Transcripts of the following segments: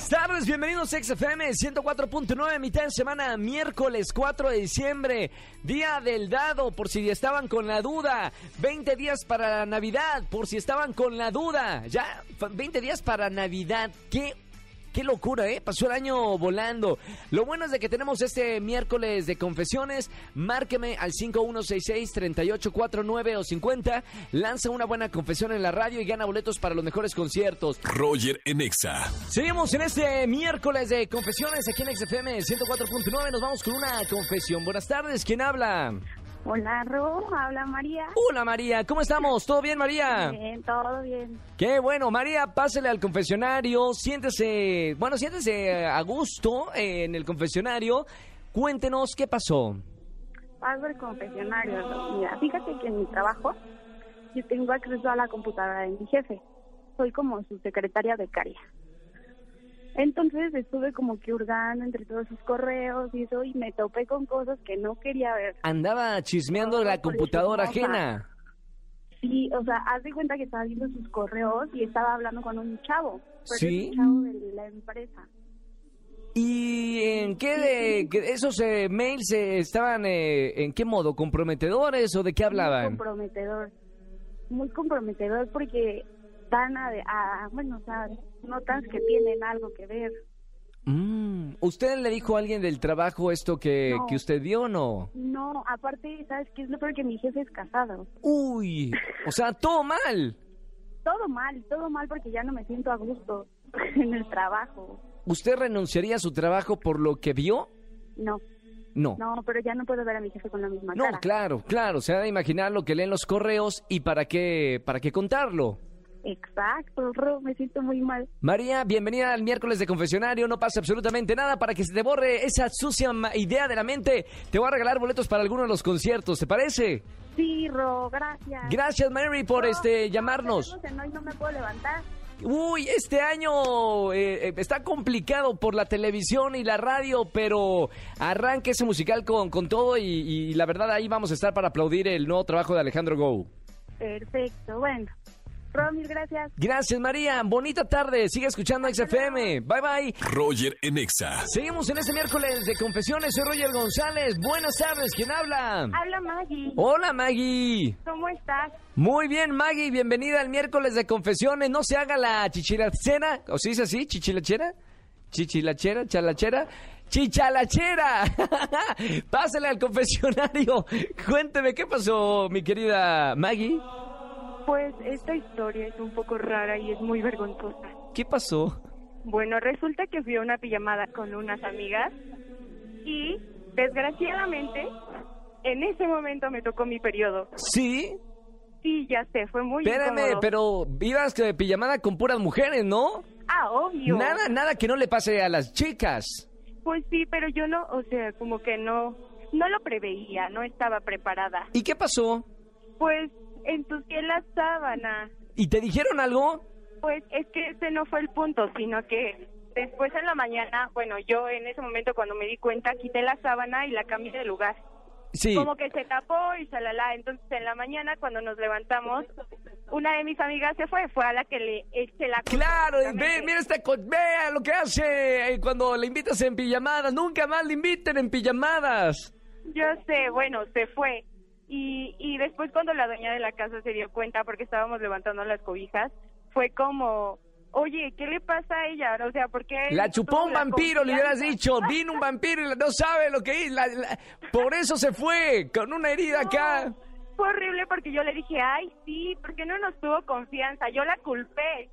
Buenas tardes, bienvenidos a XFM 104.9, mitad de semana, miércoles 4 de diciembre, día del dado, por si estaban con la duda, 20 días para la Navidad, por si estaban con la duda, ya, fa- 20 días para Navidad, qué, qué locura, ¿eh? Pasó el año volando. Lo bueno es de que tenemos este miércoles de confesiones, márqueme al 5166-3849 o 50, lanza una buena confesión en la radio y gana boletos para los mejores conciertos. Roger en Exa. Seguimos en este miércoles de confesiones aquí en XFM 104.9. Nos vamos con una confesión. Buenas tardes, ¿quién habla? Hola, Ro, habla María. Hola María, ¿cómo estamos? ¿Todo bien María? Bien, todo bien. Qué bueno, María, pásele al confesionario, siéntese, bueno, siéntese a gusto eh, en el confesionario. Cuéntenos qué pasó. Paso el confesionario, Ro. Mira, fíjate que en mi trabajo yo tengo acceso a la computadora de mi jefe. Soy como su secretaria becaria. Entonces estuve como que hurgando entre todos sus correos y eso y me topé con cosas que no quería ver. Andaba chismeando la computadora ajena. Sí, o sea, haz de cuenta que estaba viendo sus correos y estaba hablando con un chavo. Pero Sí. es un chavo de la empresa. ¿Y en qué de- que esos eh, mails eh, estaban, eh, en qué modo, comprometedores o de qué Muy hablaban? comprometedor. Muy comprometedor porque dan a, a- bueno, o sea, notas que tienen algo que ver. Mm, ¿Usted le dijo a alguien del trabajo esto que, No. que usted vio o no? No, aparte, ¿sabes qué es lo peor? Que mi jefe es casado. Uy, o sea, todo mal. Todo mal, todo mal porque ya no me siento a gusto en el trabajo. ¿Usted renunciaría a su trabajo por lo que vio? No, No. no, pero ya no puedo ver a mi jefe con la misma No, cara. claro, claro, se ha de imaginar lo que leen los correos y para qué, para qué contarlo. Exacto, Ro, me siento muy mal. María, bienvenida al miércoles de confesionario. No pasa absolutamente nada para que se te borre esa sucia ma- idea de la mente. Te voy a regalar boletos para alguno de los conciertos, ¿te parece? Sí, Ro, gracias. Gracias, Mary, por No, este no, llamarnos. tenemos en hoy, no me puedo levantar. Uy, este año eh, eh, está complicado por la televisión y la radio, pero arranque ese musical con, con todo y, y la verdad ahí vamos a estar para aplaudir el nuevo trabajo de Alejandro Gou. Perfecto, bueno. Ro, mil gracias. Gracias María, bonita tarde, sigue escuchando XFM, bye bye. Roger en Exa. Seguimos en este miércoles de Confesiones, soy Roger González, buenas tardes, ¿quién habla? Habla Maggie. Hola Maggie. ¿Cómo estás? Muy bien, Maggie, bienvenida al miércoles de confesiones. No se haga la chichilachera, ¿o se dice así? ¿Chichilachera? ¿Chichilachera? ¿Chalachera? ¡Chichalachera! Pásale al confesionario. Cuénteme, ¿qué pasó, mi querida Maggie? Pues esta historia es un poco rara y es muy vergonzosa. ¿Qué pasó? Bueno, resulta que fui a una pijamada con unas amigas y desgraciadamente en ese momento me tocó mi periodo. ¿Sí? Sí, ya sé, fue muy Espérame, incómodo. pero ibas que de pijamada con puras mujeres, ¿no? Ah, obvio. Nada, nada que no le pase a las chicas. Pues sí, pero yo no, o sea, como que no, no lo preveía, no estaba preparada. ¿Y qué pasó? Pues ensucié la sábana. ¿Y te dijeron algo? Pues es que ese no fue el punto, sino que después en la mañana, bueno, yo en ese momento cuando me di cuenta quité la sábana y la cambié de lugar. Sí. Como que se tapó y shalala. Entonces en la mañana cuando nos levantamos, una de mis amigas se fue, fue a la que le eché la culpa, Claro, ve, justamente. mira esta co- vea lo que hace eh, cuando le invitas en pijamadas, nunca más le inviten en pijamadas. Yo sé, bueno, se fue. Y, y después cuando la dueña de la casa se dio cuenta porque estábamos levantando las cobijas, fue como, oye, ¿qué le pasa a ella? O sea, ¿por qué? La chupó tuvo un la vampiro, le hubieras confianza? dicho, vino un vampiro y la- no sabe lo que hizo. la- la- por eso se fue, con una herida acá. Fue horrible porque yo le dije, ay, sí, porque no nos tuvo confianza? Yo la culpé.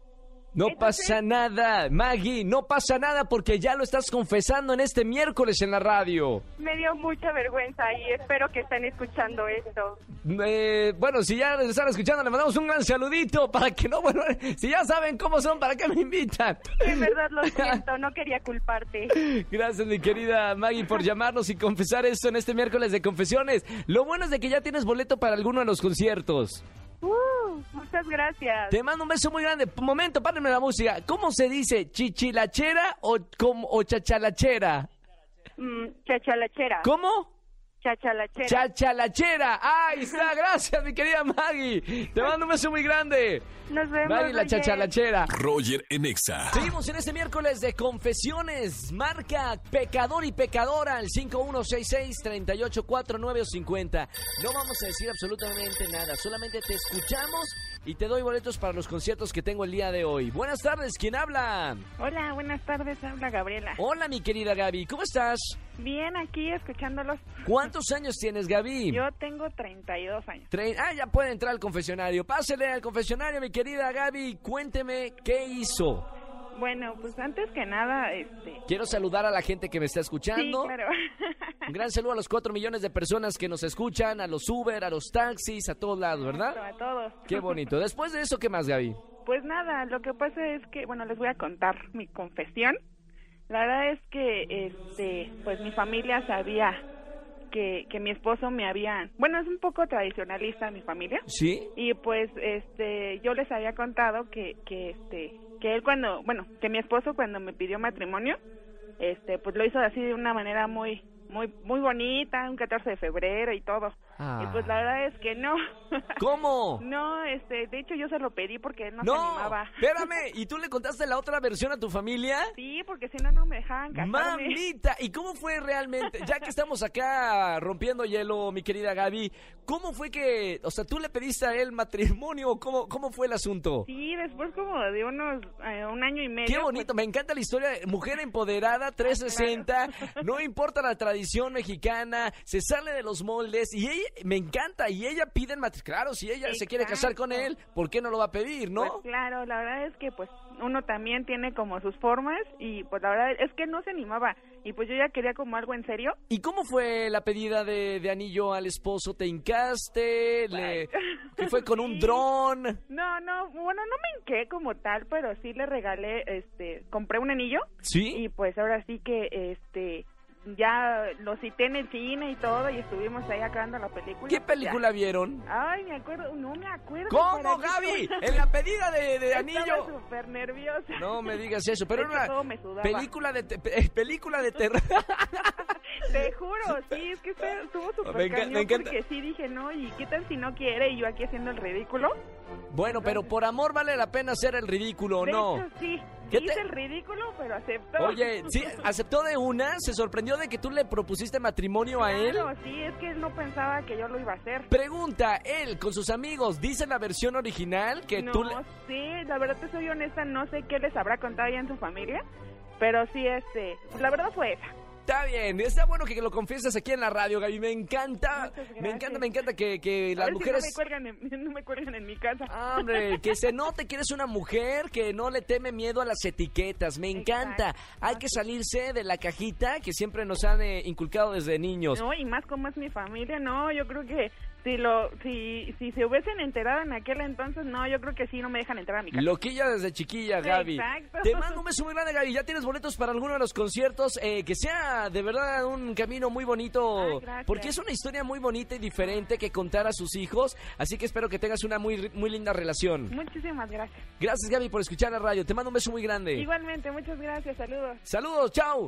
No Entonces- pasa nada, Maggie, no pasa nada porque ya lo estás confesando en este miércoles en la radio. Me dio mucha vergüenza y espero que estén escuchando esto. Eh, bueno, si ya nos están escuchando, le mandamos un gran saludito para que no vuelvan. Si ya saben cómo son, ¿para qué me invitan? En verdad lo siento, no quería culparte. Gracias, mi querida Maggie, por llamarnos y confesar esto en este miércoles de confesiones. Lo bueno es de que ya tienes boleto para alguno de los conciertos. Uh, muchas gracias. Te mando un beso muy grande. Un momento, párenme la música. ¿Cómo se dice? ¿Chichilachera o, com- o chachalachera? Mm, chachalachera. ¿Cómo? Chachalachera. Chachalachera. Ahí está, gracias, mi querida Maggie. Te mando un beso muy grande. Nos vemos. Maggie, la Roger. chachalachera. Roger en Exa. Seguimos en este miércoles de confesiones. Marca pecador y pecadora al 5166-384950. No vamos a decir absolutamente nada, solamente te escuchamos y te doy boletos para los conciertos que tengo el día de hoy. Buenas tardes, ¿quién habla? Hola, buenas tardes. Habla Gabriela. Hola, mi querida Gaby, ¿cómo estás? Bien, aquí escuchándolos. ¿Cuántos años tienes, Gaby? Yo tengo 32 años. Tre- Ah, ya puede entrar al confesionario. Pásele al confesionario, mi querida Gaby. Cuénteme qué hizo. Bueno, pues antes que nada, este. Quiero saludar a la gente que me está Sí, escuchando. claro. Un gran saludo a los 4 millones de personas que nos escuchan, a los Uber, a los taxis, a todos lados, ¿verdad? A todos. Qué bonito. Después de eso, ¿qué más, Gaby? Pues nada, lo que pasa es que, bueno, les voy a contar mi confesión. La verdad es que, este, pues mi familia sabía que, que mi esposo me había, bueno, es un poco tradicionalista mi familia. ¿Sí? Y pues, este, yo les había contado que, que, este, que él cuando, bueno, que mi esposo cuando me pidió matrimonio, este, pues lo hizo así de una manera muy, muy, muy bonita, un 14 de febrero y todo. Y pues la verdad es que no. ¿Cómo? No, este, de hecho yo se lo pedí porque él no, se No, animaba. espérame. ¿Y tú le contaste la otra versión a tu familia? Sí, porque si no, no me dejaban casarme. Mamita, ¿y cómo fue realmente? Ya que estamos acá rompiendo hielo, mi querida Gaby, ¿cómo fue que, o sea, tú le pediste a él matrimonio? ¿Cómo, cómo fue el asunto? Sí, después como de unos, eh, un año y medio. pues, Qué bonito, me encanta la historia. de Mujer Ah, empoderada, 360, no importa la tradición mexicana, se sale de los moldes y ella, me encanta. Y ella pide el matrimonio. Claro, si ella se quiere casar con Exacto. él, ¿por qué no lo va a pedir, pues, no? pues, claro, la verdad es que pues uno también tiene como sus formas y pues la verdad es que no se animaba. Y pues yo ya quería como algo en serio. ¿Y cómo fue la pedida de, de anillo al esposo? ¿Te hincaste? Le, que fue con un Sí. dron? No, no, bueno, no me hinqué como tal, pero sí le regalé, este, compré un anillo ¿Sí? y pues ahora sí que, este, ya lo cité en el cine y todo y estuvimos ahí acabando la película. ¿Qué Ya. película vieron? Ay, me acuerdo, no me acuerdo. ¿Cómo, para qué Gaby? fue. En la pedida de, de Estaba anillo. súper nerviosa. No me digas eso, pero De era hecho, todo una me sudaba. película de, te- pe- película de terror. Te juro, sí, es que este- estuvo súper Me enca- cañón me encanta. porque sí dije, no, ¿y qué tal si no quiere? Y yo aquí haciendo el ridículo. Bueno, pero por amor vale la pena hacer el ridículo, De ¿no? hecho, sí, ¿Qué hice te- el ridículo, pero aceptó. Oye, sí, aceptó de una, se sorprendió de que tú le propusiste matrimonio a él. Claro, sí, es que él no pensaba que yo lo iba a hacer. Pregunta, él con sus amigos, ¿dice la versión original que no, tú le... sí, la verdad te soy honesta, no sé qué les habrá contado ya en su familia, pero sí, este, la verdad fue esa. Está bien, está bueno que lo confiesas aquí en la radio, Gaby, me encanta, Muchas gracias. me encanta, me encanta que, que a las ver mujeres... si no me, cuelgan en, no me cuelgan en mi casa. Ah, Hombre, que se note que eres una mujer que no le teme miedo a las etiquetas. Me encanta. Exacto. Hay que salirse de la cajita que siempre nos han eh, inculcado desde niños. No, y más como es mi familia, no, yo creo que si lo si, si se hubiesen enterado en aquel entonces, no, yo creo que sí, no me dejan entrar a mi casa. Loquilla desde chiquilla, Gaby. Exacto. Te mando un beso muy grande, Gaby. Ya tienes boletos para alguno de los conciertos. eh, que sea de verdad un camino muy bonito. Ay, Ah, gracias. porque es una historia muy bonita y diferente que contar a sus hijos. Así que espero que tengas una muy, muy linda Mm. relación. Muchísimas gracias. Gracias, Gaby, por escuchar la radio. Te mando un beso muy grande. Igualmente, muchas gracias, saludos. Saludos, chao.